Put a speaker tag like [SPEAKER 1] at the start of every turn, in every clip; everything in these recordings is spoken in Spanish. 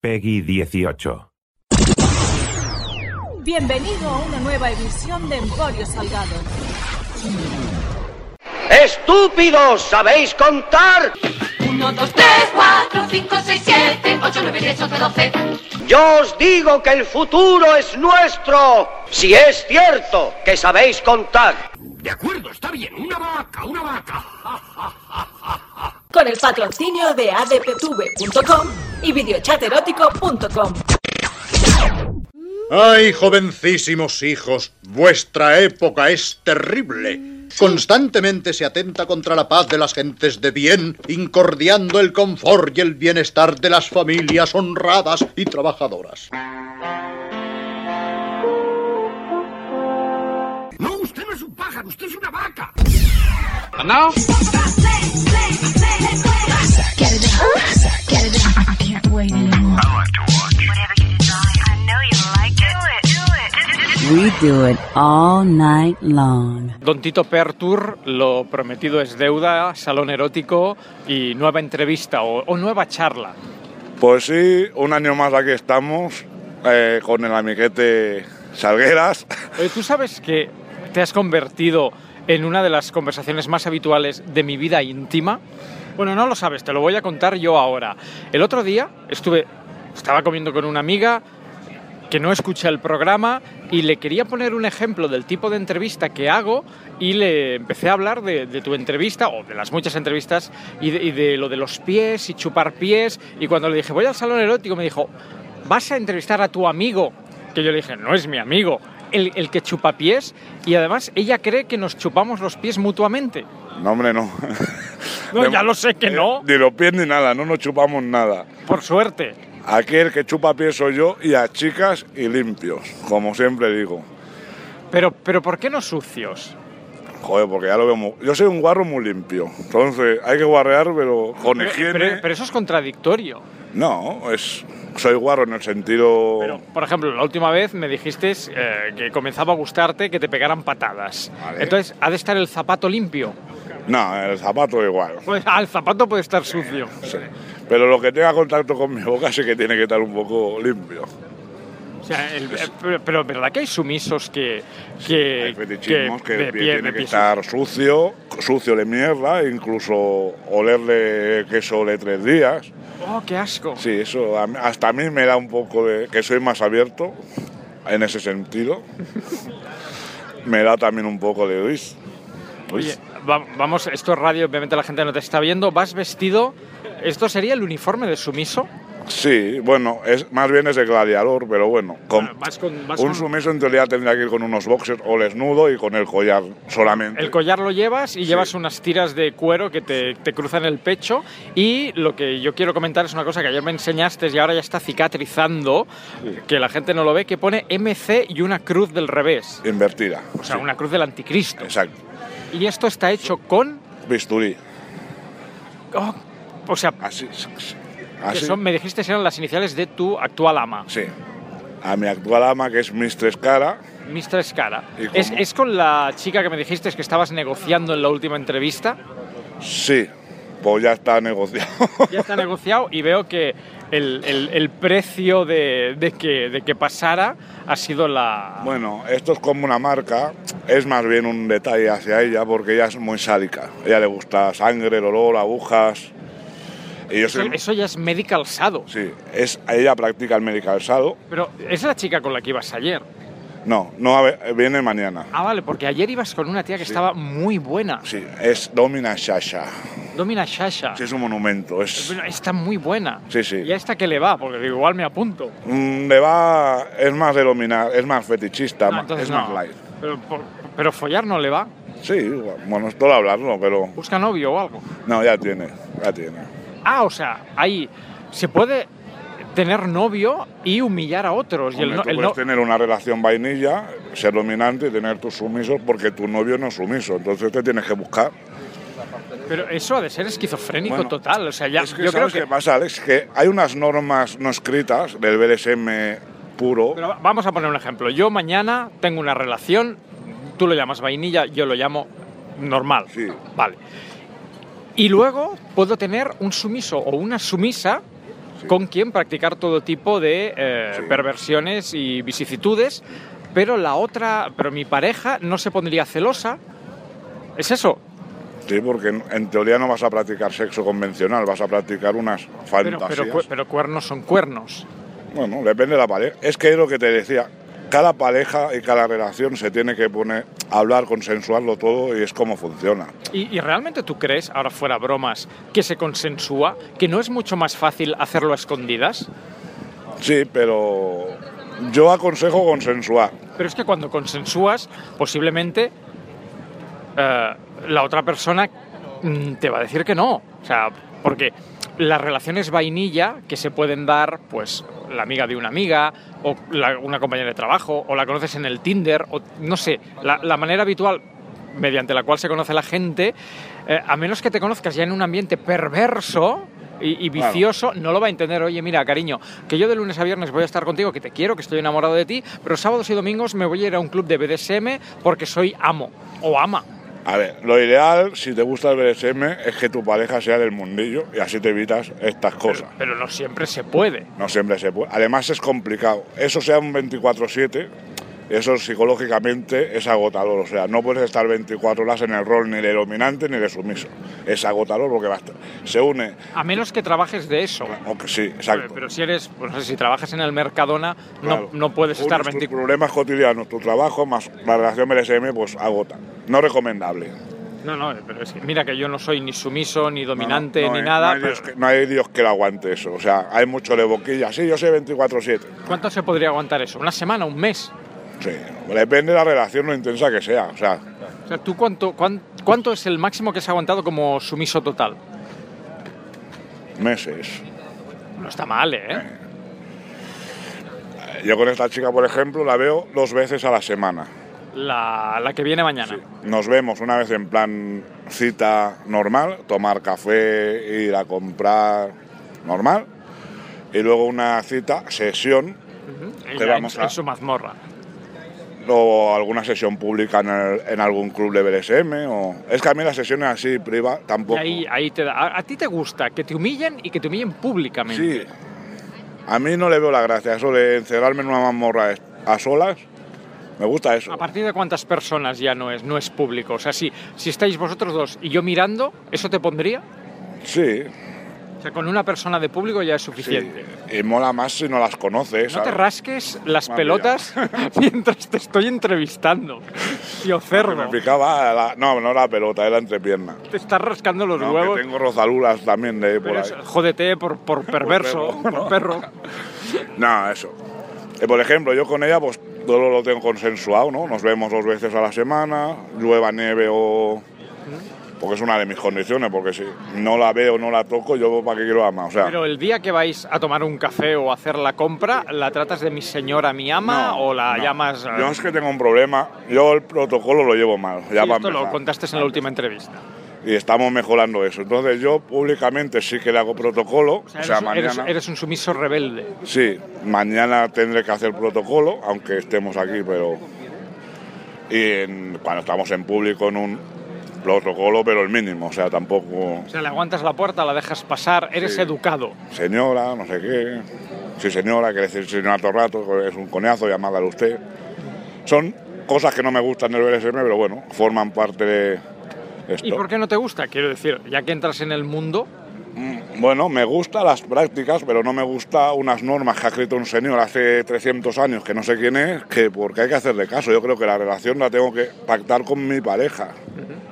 [SPEAKER 1] Peggy 18.
[SPEAKER 2] Bienvenido a una nueva edición de Emporio Salgado.
[SPEAKER 3] ¡Estúpidos! ¿Sabéis contar?
[SPEAKER 4] 1, 2, 3, 4, 5, 6, 7, 8, 9, 10, 11, 12.
[SPEAKER 3] Yo os digo que el futuro es nuestro. Si es cierto que sabéis contar.
[SPEAKER 5] De acuerdo, está bien. Una vaca, una vaca.
[SPEAKER 2] Con el patrocinio de adptv.com y videochaterótico.com.
[SPEAKER 6] Ay, jovencísimos hijos, vuestra época es terrible. Constantemente se atenta contra la paz de las gentes de bien, incordiando el confort y el bienestar de las familias honradas y trabajadoras.
[SPEAKER 5] No, usted no es un pájaro, usted es una vaca.
[SPEAKER 7] We do it all night long.
[SPEAKER 8] Don Tito Pertur, lo prometido es deuda, salón erótico y nueva entrevista o, o nueva charla.
[SPEAKER 9] Pues sí, un año más aquí estamos eh, con el amiguete Salgueras.
[SPEAKER 8] Oye, ¿Tú sabes que te has convertido en una de las conversaciones más habituales de mi vida íntima? Bueno, no lo sabes, te lo voy a contar yo ahora. El otro día estuve, estaba comiendo con una amiga que no escucha el programa y le quería poner un ejemplo del tipo de entrevista que hago y le empecé a hablar de, de tu entrevista o de las muchas entrevistas y de, y de lo de los pies y chupar pies y cuando le dije voy al salón erótico me dijo vas a entrevistar a tu amigo. Que yo le dije, no es mi amigo, el, el que chupa pies. Y además ella cree que nos chupamos los pies mutuamente.
[SPEAKER 9] No, hombre, no.
[SPEAKER 8] No,
[SPEAKER 9] eh, De-
[SPEAKER 8] ya lo sé que no,
[SPEAKER 9] Ni lo pies ni nada, no nos chupamos nada.
[SPEAKER 8] por suerte.
[SPEAKER 9] Aquí el que chupa pies soy yo y a chicas y limpios, como siempre digo.
[SPEAKER 8] Pero, pero ¿por qué no sucios?
[SPEAKER 9] Joder, porque ya lo vemos. Yo soy un guarro muy limpio, entonces hay que guarrear, pero con
[SPEAKER 8] Pero,
[SPEAKER 9] higiene.
[SPEAKER 8] pero- pero eso es contradictorio.
[SPEAKER 9] No, es, soy guarro en el sentido.
[SPEAKER 8] Pero, por ejemplo, la última vez me dijiste eh, que comenzaba a gustarte que te pegaran patadas.
[SPEAKER 9] Vale.
[SPEAKER 8] Entonces, ha de estar el zapato limpio.
[SPEAKER 9] No, el zapato igual.
[SPEAKER 8] Pues, ah, el zapato puede estar sucio.
[SPEAKER 9] sí. Pero lo que tenga contacto con mi boca sí que tiene que estar un poco limpio.
[SPEAKER 8] O sea, el- eh, pero, pero ¿verdad que hay sumisos que...
[SPEAKER 9] Hay
[SPEAKER 8] que,
[SPEAKER 9] fetichismos que, el pie
[SPEAKER 8] pie-
[SPEAKER 9] tiene que
[SPEAKER 8] pie
[SPEAKER 9] estar sucio, sucio de mierda, incluso olerle queso de tres días.
[SPEAKER 8] Oh, qué asco.
[SPEAKER 9] Sí, eso a mí- hasta a mí me da un poco de que soy más abierto en ese sentido. me da también un poco de Luis. pues.
[SPEAKER 8] Oye, va- vamos, esto es radio, obviamente la gente no te está viendo. Vas vestido... ¿Esto sería el uniforme de sumiso?
[SPEAKER 9] Sí, bueno, es, más bien es de gladiador, pero bueno. con-
[SPEAKER 8] Ah, vas con- vas
[SPEAKER 9] un
[SPEAKER 8] con-
[SPEAKER 9] sumiso en teoría tendría que ir con unos boxers o desnudo y con el collar solamente.
[SPEAKER 8] El collar lo llevas y
[SPEAKER 9] Sí.
[SPEAKER 8] llevas unas tiras de cuero que te, te cruzan el pecho y lo que yo quiero comentar es una cosa que ayer me enseñaste y ahora ya está cicatrizando, que la gente no lo ve, que pone MC y una cruz del revés,
[SPEAKER 9] Invertida.
[SPEAKER 8] o sea, una cruz del anticristo.
[SPEAKER 9] Exacto.
[SPEAKER 8] Y esto está hecho con...
[SPEAKER 9] Bisturí.
[SPEAKER 8] oh, o sea,
[SPEAKER 9] Así.
[SPEAKER 8] que
[SPEAKER 9] Así.
[SPEAKER 8] son, me dijiste eran las iniciales de tu actual ama,
[SPEAKER 9] Ah, Sí. A mi actual ama, que es Mistress Cara.
[SPEAKER 8] Mistress Cara.
[SPEAKER 9] ¿Y cómo?
[SPEAKER 8] ¿Es, ¿Es con la chica que me dijiste que estabas negociando en la última entrevista?
[SPEAKER 9] Sí. Pues ya está negociado.
[SPEAKER 8] ya está negociado y veo que el, el- el precio de, de que, de que pasara ha sido la...
[SPEAKER 9] bueno, esto es como una marca. Es más bien un detalle hacia ella porque ella es muy sádica. A ella le gusta sangre, el olor, agujas. Y yo
[SPEAKER 8] eso,
[SPEAKER 9] soy.
[SPEAKER 8] eso ya es medical sado.
[SPEAKER 9] Sí, es, ella practica el medical sado.
[SPEAKER 8] Pero es la chica con la que ibas ayer.
[SPEAKER 9] No, no a ver, viene mañana.
[SPEAKER 8] Ah, vale, porque ayer ibas con una tía que estaba muy buena.
[SPEAKER 9] Sí, es Domina Shasha.
[SPEAKER 8] Domina Shasha.
[SPEAKER 9] Sí, es un monumento. Es,
[SPEAKER 8] Pero Está muy buena.
[SPEAKER 9] Sí, sí.
[SPEAKER 8] ¿Y a esta que le va? Porque digo, igual me apunto.
[SPEAKER 9] Mm, le va, es más de dominar, es más fetichista,
[SPEAKER 8] No,
[SPEAKER 9] ma-
[SPEAKER 8] Ah, entonces
[SPEAKER 9] es más
[SPEAKER 8] no.
[SPEAKER 9] light.
[SPEAKER 8] Pero, por- pero follar no le va.
[SPEAKER 9] Sí, bueno, es todo hablarlo, pero.
[SPEAKER 8] ¿Busca novio o algo?
[SPEAKER 9] No, ya tiene, ya tiene.
[SPEAKER 8] Ah, o sea, ahí se puede tener novio y humillar a otros. Pues y el
[SPEAKER 9] Hombre,
[SPEAKER 8] no-
[SPEAKER 9] tú
[SPEAKER 8] el
[SPEAKER 9] puedes
[SPEAKER 8] no-
[SPEAKER 9] tener una relación vainilla, ser dominante y tener tus sumisos porque tu novio no es sumiso, entonces te tienes que buscar.
[SPEAKER 8] Pero eso ha de ser esquizofrénico
[SPEAKER 9] Bueno,
[SPEAKER 8] total. O sea, ya,
[SPEAKER 9] Es que
[SPEAKER 8] yo creo
[SPEAKER 9] ¿sabes
[SPEAKER 8] que.
[SPEAKER 9] qué pasa, Alex? Que hay unas normas no escritas del BDSM puro.
[SPEAKER 8] Pero va- vamos a poner un ejemplo. Yo mañana tengo una relación, tú lo llamas vainilla, yo lo llamo normal.
[SPEAKER 9] Sí.
[SPEAKER 8] Vale. Y luego puedo tener un sumiso o una sumisa con quien practicar todo tipo de eh,
[SPEAKER 9] Sí.
[SPEAKER 8] perversiones y vicisitudes, pero la otra, pero mi pareja no se pondría celosa. Es eso.
[SPEAKER 9] Sí, porque en, en teoría no vas a practicar sexo convencional, vas a practicar unas
[SPEAKER 8] Pero,
[SPEAKER 9] fantasías.
[SPEAKER 8] pero, cu- pero cuernos son cuernos.
[SPEAKER 9] Bueno, depende de la pareja. Es que es lo que te decía. Cada pareja y cada relación se tiene que poner, hablar, consensuarlo todo y es como funciona.
[SPEAKER 8] ¿Y, y realmente tú crees, ahora fuera bromas, que se consensúa? ¿Que no es mucho más fácil hacerlo a escondidas?
[SPEAKER 9] Sí, pero yo aconsejo consensuar.
[SPEAKER 8] Pero es que cuando consensúas, posiblemente eh, la otra persona mm, te va a decir que no. O sea, porque las relaciones vainilla que se pueden dar, pues la amiga de una amiga, o la- una compañera de trabajo, o la conoces en el Tinder, o no sé, la, la manera habitual mediante la cual se conoce la gente, eh, a menos que te conozcas ya en un ambiente perverso y, y
[SPEAKER 9] Claro.
[SPEAKER 8] vicioso, eso no lo va a entender. Oye, mira, cariño, que yo de lunes a viernes voy a estar contigo, que te quiero, que estoy enamorado de ti, pero sábados y domingos me voy a ir a un club de BDSM porque soy amo o ama.
[SPEAKER 9] A ver, lo ideal, si te gusta el BDSM, es que tu pareja sea del mundillo y así te evitas estas cosas.
[SPEAKER 8] Pero no siempre se puede.
[SPEAKER 9] No siempre se puede. Además es complicado. Eso sea un 24/7, eso psicológicamente es agotador. O sea, no puedes estar 24 horas en el rol ni de dominante ni de sumiso. Es agotador porque basta. Se une.
[SPEAKER 8] A menos que trabajes de eso.
[SPEAKER 9] Aunque sí, exacto.
[SPEAKER 8] Pero si eres, pues, no sé, si trabajas en el Mercadona, no,
[SPEAKER 9] Claro.
[SPEAKER 8] no puedes
[SPEAKER 9] Unes
[SPEAKER 8] estar
[SPEAKER 9] tus
[SPEAKER 8] 24
[SPEAKER 9] problemas cotidianos, tu trabajo más la relación BDSM, pues agota. No recomendable.
[SPEAKER 8] No, no, pero es que mira que yo no soy ni sumiso, ni
[SPEAKER 9] No, no,
[SPEAKER 8] dominante,
[SPEAKER 9] no
[SPEAKER 8] ni
[SPEAKER 9] hay-
[SPEAKER 8] nada.
[SPEAKER 9] No hay, Dios
[SPEAKER 8] pero
[SPEAKER 9] que, no hay Dios que lo aguante eso. O sea, hay mucho de boquilla. Sí, yo soy 24-7.
[SPEAKER 8] ¿Cuánto se podría aguantar eso? ¿Una semana? ¿Un mes?
[SPEAKER 9] Sí, depende de la relación lo intensa que sea. O sea,
[SPEAKER 8] O sea, ¿tú cuánto, cuán- cuánto es el máximo que has aguantado como sumiso total?
[SPEAKER 9] meses.
[SPEAKER 8] No está mal, ¿eh?
[SPEAKER 9] Yo con esta chica, por ejemplo, la veo dos veces a la semana.
[SPEAKER 8] La, la que viene mañana.
[SPEAKER 9] Nos vemos una vez en plan cita normal, tomar café, ir a comprar normal. Y luego una cita, sesión,
[SPEAKER 8] Ella
[SPEAKER 9] Te vamos
[SPEAKER 8] en,
[SPEAKER 9] a-
[SPEAKER 8] en su mazmorra.
[SPEAKER 9] o alguna sesión pública en, el- en algún club de BDSM. O... Es que a mí las sesiones así, priva,
[SPEAKER 8] Y
[SPEAKER 9] tampoco.
[SPEAKER 8] ahí, ahí te da- a, a ti te gusta que te humillen y que te humillen públicamente.
[SPEAKER 9] Sí. A mí no le veo la gracia, eso de encerrarme en una mazmorra a solas. Me gusta eso.
[SPEAKER 8] ¿A partir de cuántas personas ya no es, no es público? O sea, si, si estáis vosotros dos y yo mirando, ¿eso te pondría?
[SPEAKER 9] Sí,
[SPEAKER 8] O sea, con una persona de público ya es
[SPEAKER 9] sí.
[SPEAKER 8] suficiente.
[SPEAKER 9] Y mola más si no las conoces.
[SPEAKER 8] No te
[SPEAKER 9] ¿sabes?
[SPEAKER 8] rasques las
[SPEAKER 9] Madre
[SPEAKER 8] pelotas mientras te estoy entrevistando. Tío
[SPEAKER 9] Me
[SPEAKER 8] cerdo,
[SPEAKER 9] picaba la- No, no era pelota, era entrepierna.
[SPEAKER 8] te estás rascando los
[SPEAKER 9] No, que
[SPEAKER 8] huevos.
[SPEAKER 9] tengo rozaluras también de por
[SPEAKER 8] Pero
[SPEAKER 9] ahí.
[SPEAKER 8] es- jódete por, por perverso,
[SPEAKER 9] perro,
[SPEAKER 8] por perro.
[SPEAKER 9] No, eso. Eh, por ejemplo, yo con ella, pues todo lo tengo consensuado, ¿no? Nos vemos dos veces a la semana, llueva, nieve o. Porque es una de mis condiciones, porque si no la veo, no la toco, yo para qué quiero ama. O sea,
[SPEAKER 8] Pero el día que vais a tomar un café o a hacer la compra, ¿la tratas de mi señora, mi ama
[SPEAKER 9] no,
[SPEAKER 8] o la
[SPEAKER 9] no.
[SPEAKER 8] llamas... eh,
[SPEAKER 9] Yo es que tengo un problema, yo el protocolo lo llevo mal. Ya
[SPEAKER 8] sí,
[SPEAKER 9] para
[SPEAKER 8] esto lo
[SPEAKER 9] empezar.
[SPEAKER 8] contaste en la última entrevista.
[SPEAKER 9] Y estamos mejorando eso. Entonces yo públicamente sí que le hago protocolo. O sea,
[SPEAKER 8] eres, un-
[SPEAKER 9] mañana.
[SPEAKER 8] eres- eres un sumiso rebelde.
[SPEAKER 9] Sí, mañana tendré que hacer protocolo, aunque estemos aquí, pero. Y en- cuando estamos en público, en un protocolo, pero el mínimo, o sea, tampoco.
[SPEAKER 8] O sea, le aguantas la puerta, la dejas pasar, eres
[SPEAKER 9] Sí.
[SPEAKER 8] educado.
[SPEAKER 9] Señora, no sé qué. Sí, señora, quiere decir señora todo el rato, es un coñazo, llamada a usted. Son cosas que no me gustan del BSM, pero bueno, forman parte de esto.
[SPEAKER 8] ¿Y por qué no te gusta? Quiero decir, ya que entras en el mundo,
[SPEAKER 9] Mm, Bueno, me gustan las prácticas, pero no me gusta unas normas que ha escrito un señor hace 300 años, que no sé quién es, que porque hay que hacerle caso. Yo creo que la relación la tengo que pactar con mi pareja,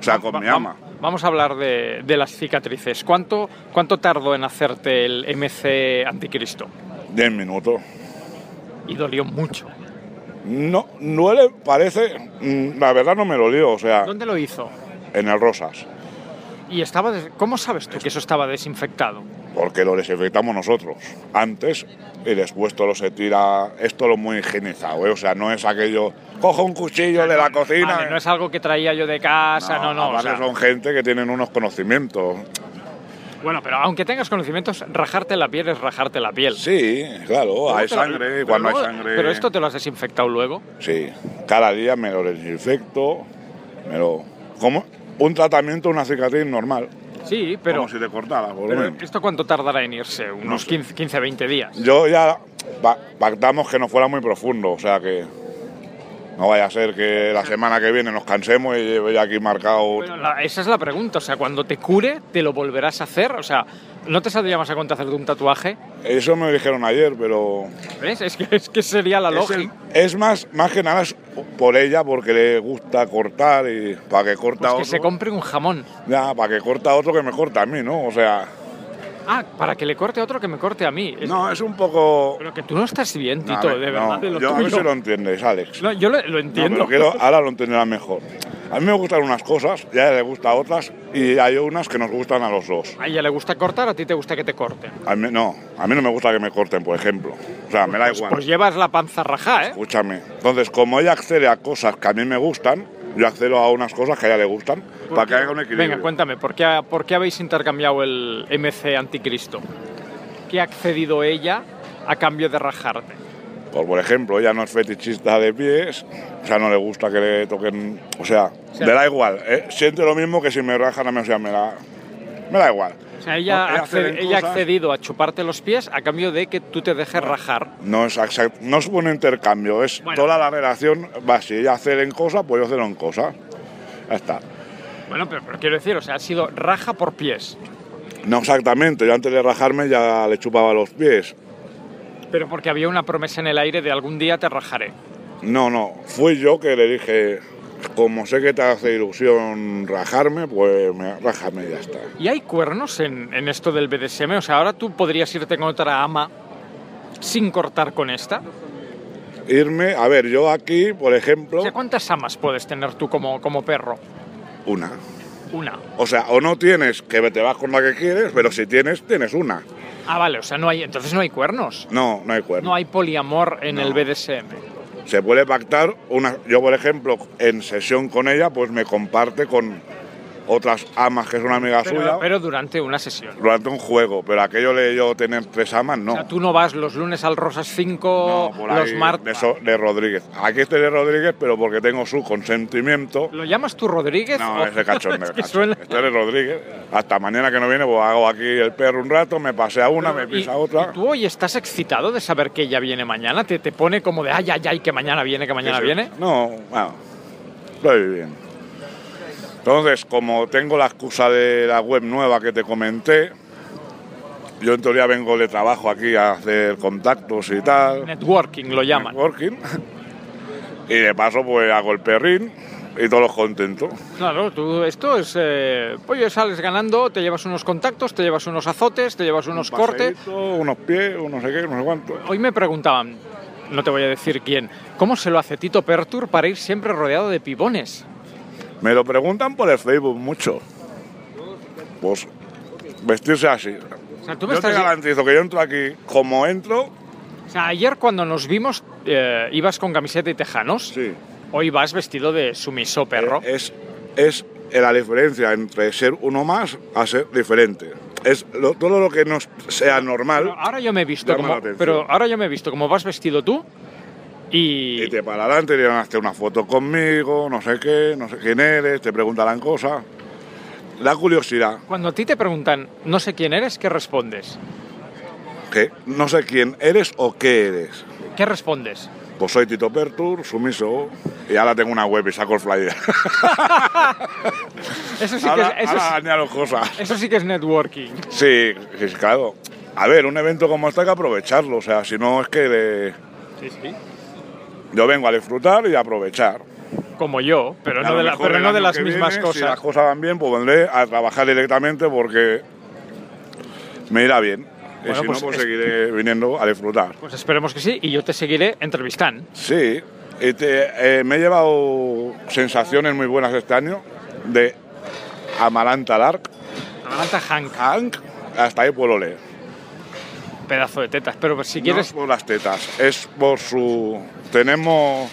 [SPEAKER 9] o sea, con
[SPEAKER 8] va-
[SPEAKER 9] mi
[SPEAKER 8] va-
[SPEAKER 9] ama.
[SPEAKER 8] vamos a hablar de, de las cicatrices. ¿Cuánto, ¿Cuánto tardó en hacerte el MC Anticristo?
[SPEAKER 9] 10 minutos.
[SPEAKER 8] Y dolió mucho.
[SPEAKER 9] No, no le parece, mm, la verdad no me lo lío, o sea,
[SPEAKER 8] ¿Dónde lo hizo?
[SPEAKER 9] en el Rosas,
[SPEAKER 8] ¿Y estaba des- ¿Cómo sabes tú que eso estaba desinfectado?
[SPEAKER 9] porque lo desinfectamos nosotros antes y después todo se tira, esto lo muy higienizado, ¿eh? o sea, no es aquello, cojo un cuchillo de la cocina. eh.
[SPEAKER 8] Vale, Ah, no es algo que traía yo de casa, no, no. o
[SPEAKER 9] aparte
[SPEAKER 8] sea,
[SPEAKER 9] son gente que tienen unos conocimientos.
[SPEAKER 8] Bueno, pero aunque tengas conocimientos, rajarte la piel es rajarte la piel.
[SPEAKER 9] Sí, claro,
[SPEAKER 8] Luego
[SPEAKER 9] hay
[SPEAKER 8] te lo-
[SPEAKER 9] sangre,
[SPEAKER 8] pero
[SPEAKER 9] cuando hay
[SPEAKER 8] luego-
[SPEAKER 9] sangre.
[SPEAKER 8] Pero esto te lo has desinfectado luego.
[SPEAKER 9] Sí, cada día me lo desinfecto, me lo... Como un tratamiento, una cicatriz normal,
[SPEAKER 8] Sí, pero,
[SPEAKER 9] como si te cortara, por lo
[SPEAKER 8] pero
[SPEAKER 9] menos.
[SPEAKER 8] ¿esto cuánto tardará en irse? Unos
[SPEAKER 9] sé.
[SPEAKER 8] 15, 15, 20 días.
[SPEAKER 9] Yo ya pa- pactamos que no fuera muy profundo, o sea que no vaya a ser que la semana que viene nos cansemos y lleve ya aquí marcado.
[SPEAKER 8] Bueno, la- esa es la pregunta, o sea, cuando te cure, ¿te lo volverás a hacer? O sea, ¿no te saldría más a cuenta hacerte un tatuaje?
[SPEAKER 9] Eso me dijeron ayer, pero
[SPEAKER 8] ¿Ves? Es que, es que sería la
[SPEAKER 9] es,
[SPEAKER 8] lógica.
[SPEAKER 9] el- es más más que nada es por ella porque le gusta cortar y para que corta
[SPEAKER 8] Pues que se
[SPEAKER 9] otro.
[SPEAKER 8] compre un jamón.
[SPEAKER 9] ya, para que corta otro que me corta a mí, ¿no? O sea,
[SPEAKER 8] Ah, para que le corte a otro que me corte a mí. Es-
[SPEAKER 9] no es un poco
[SPEAKER 8] Pero que tú no estás bien,
[SPEAKER 9] No, a
[SPEAKER 8] Tito,
[SPEAKER 9] ver,
[SPEAKER 8] de
[SPEAKER 9] no,
[SPEAKER 8] verdad, de lo
[SPEAKER 9] yo, A ver
[SPEAKER 8] tuyo.
[SPEAKER 9] si lo entiendes, Alex.
[SPEAKER 8] No, yo lo, lo
[SPEAKER 9] No,
[SPEAKER 8] entiendo.
[SPEAKER 9] pero quiero- ahora lo entenderás mejor. A mí me gustan unas cosas, ya le gusta otras y hay unas que nos gustan a los dos.
[SPEAKER 8] A ella le gusta cortar, a ti te gusta que te corten.
[SPEAKER 9] A mí, no, a mí no me gusta que me corten, por ejemplo. O sea, me da
[SPEAKER 8] Pues,
[SPEAKER 9] igual.
[SPEAKER 8] pues llevas la panza rajá, ¿eh?
[SPEAKER 9] Escúchame. Entonces, como ella accede a cosas que a mí me gustan, yo accedo a unas cosas que a ella le gustan
[SPEAKER 8] ¿Por
[SPEAKER 9] para que
[SPEAKER 8] qué?
[SPEAKER 9] haya un equilibrio.
[SPEAKER 8] Venga, cuéntame, ¿por qué, ha- ¿por qué habéis intercambiado el MC Anticristo? ¿Qué ha accedido ella a cambio de rajarte?
[SPEAKER 9] Pues, por ejemplo, ella no es fetichista de pies, o sea, no le gusta que le toquen. O sea,
[SPEAKER 8] sea,
[SPEAKER 9] me da igual. eh, Siente lo mismo que si me rajan a mí, o sea, me da, me da igual.
[SPEAKER 8] O sea, ella,
[SPEAKER 9] No,
[SPEAKER 8] ha
[SPEAKER 9] acceden
[SPEAKER 8] acced- ella ha
[SPEAKER 9] cosas-
[SPEAKER 8] accedido a chuparte los pies a cambio de que tú te dejes rajar.
[SPEAKER 9] No es, exact- no es un intercambio, es
[SPEAKER 8] Bueno.
[SPEAKER 9] toda la relación va así. Ella hace en cosas, pues yo hacer en cosas. Ya está.
[SPEAKER 8] Bueno, pero, pero quiero decir, o sea, ha sido raja por pies.
[SPEAKER 9] No exactamente, yo antes de rajarme ya le chupaba los pies.
[SPEAKER 8] Pero porque había una promesa en el aire de algún día te rajaré.
[SPEAKER 9] No, no, fui yo que le dije, como sé que te hace ilusión rajarme, pues me, rájame y ya está.
[SPEAKER 8] ¿Y hay cuernos en, en esto del BDSM? O sea, ahora tú podrías irte con otra ama sin cortar con esta.
[SPEAKER 9] Irme, a ver, yo aquí, por ejemplo,
[SPEAKER 8] O sea, ¿cuántas amas puedes tener tú como, como perro?
[SPEAKER 9] una.
[SPEAKER 8] Una.
[SPEAKER 9] O sea, o no tienes, que te vas con la que quieres, pero si tienes, tienes una.
[SPEAKER 8] Ah, vale, o sea, no hay, entonces no hay cuernos.
[SPEAKER 9] No, no hay cuerno.
[SPEAKER 8] No hay poliamor en
[SPEAKER 9] No. Pues
[SPEAKER 8] el BDSM.
[SPEAKER 9] se puede pactar una yo por ejemplo en sesión con ella pues me comparte con otras amas que es una amiga suya
[SPEAKER 8] Pero, pero durante una sesión.
[SPEAKER 9] durante un juego pero aquello de yo tener tres amas no
[SPEAKER 8] O sea, tú no vas los lunes al Rosas 5,
[SPEAKER 9] No, por
[SPEAKER 8] los
[SPEAKER 9] ahí, de,
[SPEAKER 8] martes.
[SPEAKER 9] so- de Rodríguez aquí estoy de Rodríguez pero porque tengo su consentimiento
[SPEAKER 8] ¿Lo llamas tú Rodríguez?
[SPEAKER 9] no,
[SPEAKER 8] o-
[SPEAKER 9] es de cachondeo.
[SPEAKER 8] oh. Es que
[SPEAKER 9] cacho.
[SPEAKER 8] suena-
[SPEAKER 9] Estoy de Rodríguez. Hasta mañana que no viene, pues hago aquí el perro un rato, me pasea una, me
[SPEAKER 8] Pero,
[SPEAKER 9] pisa
[SPEAKER 8] y-
[SPEAKER 9] otra.
[SPEAKER 8] y ¿Tú hoy estás excitado de saber que ella viene mañana? ¿Te, te pone como de ay, ay, ay, que mañana viene, que mañana
[SPEAKER 9] Sí, sí.
[SPEAKER 8] viene?
[SPEAKER 9] No, bueno, lo viví bien. Entonces, como tengo la excusa de la web nueva que te comenté, yo en teoría vengo de trabajo aquí a hacer contactos y tal,
[SPEAKER 8] Networking lo llaman.
[SPEAKER 9] networking, y de paso pues hago el perrín y todos los contentos.
[SPEAKER 8] Claro, tú, esto es. Eh, oye, sales ganando, te llevas unos contactos, te llevas unos azotes, te llevas unos cortes.
[SPEAKER 9] Paseíto, unos pies, unos no sé qué, no sé cuánto.
[SPEAKER 8] Hoy me preguntaban, no te voy a decir quién, ¿cómo se lo hace Tito Pertur para ir siempre rodeado de pibones?
[SPEAKER 9] Me lo preguntan por el Facebook mucho. Pues vestirse así.
[SPEAKER 8] O sea, tú me
[SPEAKER 9] Yo te
[SPEAKER 8] estás-
[SPEAKER 9] garantizo que yo entro aquí, como entro,
[SPEAKER 8] o sea, ayer cuando nos vimos, eh, ibas con camiseta y tejanos.
[SPEAKER 9] sí. Eh,
[SPEAKER 8] Hoy vas vestido de sumiso perro.
[SPEAKER 9] Es, es la diferencia entre ser uno más a ser diferente. Es lo- todo lo que no sea normal
[SPEAKER 8] Pero ahora yo me he visto
[SPEAKER 9] Llama la
[SPEAKER 8] como,
[SPEAKER 9] atención.
[SPEAKER 8] pero ahora yo me he visto como vas vestido tú y,
[SPEAKER 9] y te pararán, te dirán hacer una foto conmigo, no sé qué, no sé quién eres, te preguntarán cosas. La curiosidad,
[SPEAKER 8] cuando a ti te preguntan no sé quién eres, ¿qué respondes?
[SPEAKER 9] que no sé quién eres o qué eres.
[SPEAKER 8] ¿Qué respondes?
[SPEAKER 9] Pues soy Tito Pertur, sumiso, y ahora tengo una web y saco el flyer.
[SPEAKER 8] Eso sí
[SPEAKER 9] ahora,
[SPEAKER 8] que es, eso
[SPEAKER 9] ahora
[SPEAKER 8] sí-
[SPEAKER 9] añado cosas.
[SPEAKER 8] eso sí que es networking.
[SPEAKER 9] Sí, sí, claro. A ver, un evento como este hay que aprovecharlo, o sea, si no es que... le-
[SPEAKER 8] Sí, sí.
[SPEAKER 9] Yo vengo a disfrutar y a aprovechar.
[SPEAKER 8] Como yo, pero
[SPEAKER 9] A
[SPEAKER 8] no
[SPEAKER 9] lo
[SPEAKER 8] de, la-
[SPEAKER 9] mejor
[SPEAKER 8] pero
[SPEAKER 9] el
[SPEAKER 8] no de
[SPEAKER 9] año
[SPEAKER 8] las
[SPEAKER 9] que
[SPEAKER 8] mismas
[SPEAKER 9] viene, Si
[SPEAKER 8] cosas.
[SPEAKER 9] las cosas van bien, pues vendré a trabajar directamente porque me irá bien.
[SPEAKER 8] Bueno,
[SPEAKER 9] y si
[SPEAKER 8] pues
[SPEAKER 9] no, pues
[SPEAKER 8] es-
[SPEAKER 9] seguiré viniendo a disfrutar.
[SPEAKER 8] Pues esperemos que sí y yo te seguiré entrevistando.
[SPEAKER 9] Sí, Y te- eh, me he llevado sensaciones muy buenas este año de Amaranta Dark,
[SPEAKER 8] Amaranta Hank,
[SPEAKER 9] Hank, hasta ahí puedo leer.
[SPEAKER 8] pedazo de tetas. Pero si
[SPEAKER 9] No pues,
[SPEAKER 8] quieres.
[SPEAKER 9] es por las tetas, es por su... Tenemos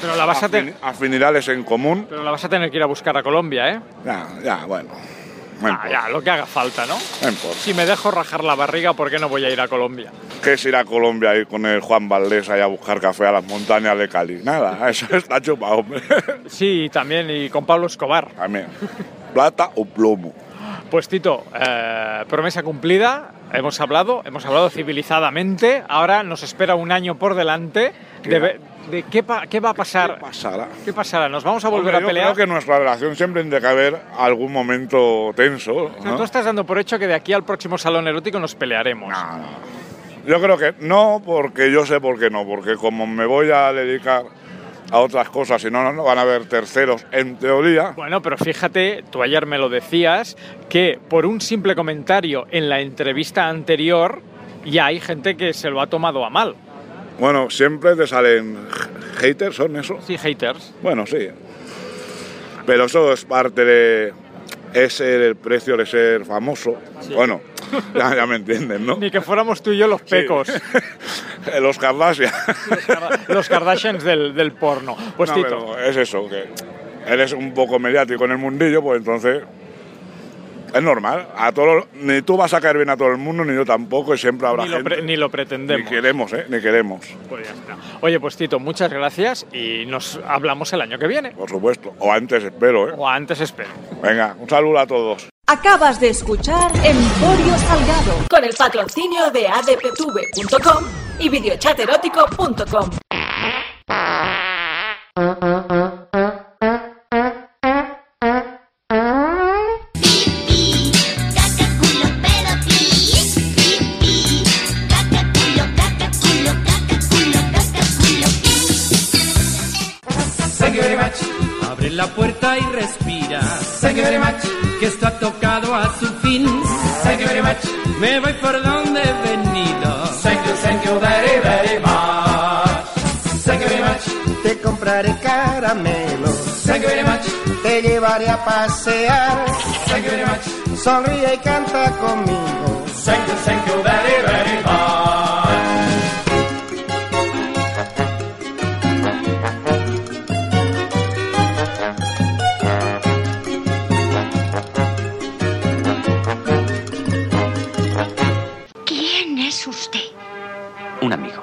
[SPEAKER 8] Pero, la vas a
[SPEAKER 9] afini-
[SPEAKER 8] te-
[SPEAKER 9] afinidades en común.
[SPEAKER 8] pero la vas a tener que ir a buscar a Colombia, ¿eh?
[SPEAKER 9] Ya, ya, bueno. pues. No
[SPEAKER 8] Ah,
[SPEAKER 9] importa,
[SPEAKER 8] ya, lo que haga falta, ¿no?
[SPEAKER 9] no importa.
[SPEAKER 8] Si me dejo rajar la barriga, ¿por qué no voy a ir a Colombia?
[SPEAKER 9] ¿Qué es ir a Colombia ahí con el Juan Valdés ahí a buscar café a las montañas de Cali? Nada, eso está chupado, hombre.
[SPEAKER 8] Sí, y también, y con Pablo Escobar.
[SPEAKER 9] También. Plata o plomo.
[SPEAKER 8] Pues Tito, eh, promesa cumplida, hemos hablado, hemos hablado civilizadamente, ahora nos espera un año por delante de, ve- de qué, pa- qué va a pasar.
[SPEAKER 9] ¿Qué pasará?
[SPEAKER 8] ¿Qué pasará? ¿Nos vamos a volver
[SPEAKER 9] Hombre,
[SPEAKER 8] a pelear?
[SPEAKER 9] Yo creo que en nuestra relación siempre tiene que haber algún momento tenso.
[SPEAKER 8] O sea,
[SPEAKER 9] ¿no?
[SPEAKER 8] Tú estás dando por hecho que de aquí al próximo salón erótico nos pelearemos.
[SPEAKER 9] No, no. Yo creo que no, porque yo sé por qué no, porque como me voy a dedicar a otras cosas y no, no, no van a haber terceros en teoría.
[SPEAKER 8] Bueno, pero fíjate, tú ayer me lo decías, que por un simple comentario en la entrevista anterior ya hay gente que se lo ha tomado a mal.
[SPEAKER 9] Bueno, siempre te salen h- haters, son eso.
[SPEAKER 8] Sí, haters.
[SPEAKER 9] Bueno, sí. Pero eso es parte de. Es el precio de ser famoso. Bueno, ya, ya me entienden, ¿no?
[SPEAKER 8] Ni que fuéramos tú y yo los pecos.
[SPEAKER 9] Los Kardashian.
[SPEAKER 8] los Kardashians del, del porno. Pues
[SPEAKER 9] No,
[SPEAKER 8] Tito,
[SPEAKER 9] pero es eso, que eres un poco mediático en el mundillo, pues entonces. Es normal. A todos ni tú vas a caer bien a todo el mundo, ni yo tampoco, y siempre habrá
[SPEAKER 8] ni, lo pre-
[SPEAKER 9] gente.
[SPEAKER 8] ni lo
[SPEAKER 9] ni
[SPEAKER 8] pretendemos.
[SPEAKER 9] queremos, ¿eh? Ni queremos,
[SPEAKER 8] Pues ya está. Oye, pues Tito, muchas gracias y nos hablamos el año que viene.
[SPEAKER 9] por supuesto. O antes espero, ¿eh?
[SPEAKER 8] O antes espero.
[SPEAKER 9] Venga, un saludo a todos.
[SPEAKER 2] Acabas de escuchar Emporio Salgado.
[SPEAKER 10] Con el patrocinio de adptv.com y videochaterótico.com.
[SPEAKER 11] Abre la puerta y respira. Que esto ha tocado a su fin. Me voy por donde he venido.
[SPEAKER 12] Te compraré caramelos. Te llevaré a pasear. Sonríe y canta conmigo.
[SPEAKER 4] ¿Quién es usted?
[SPEAKER 13] Un amigo.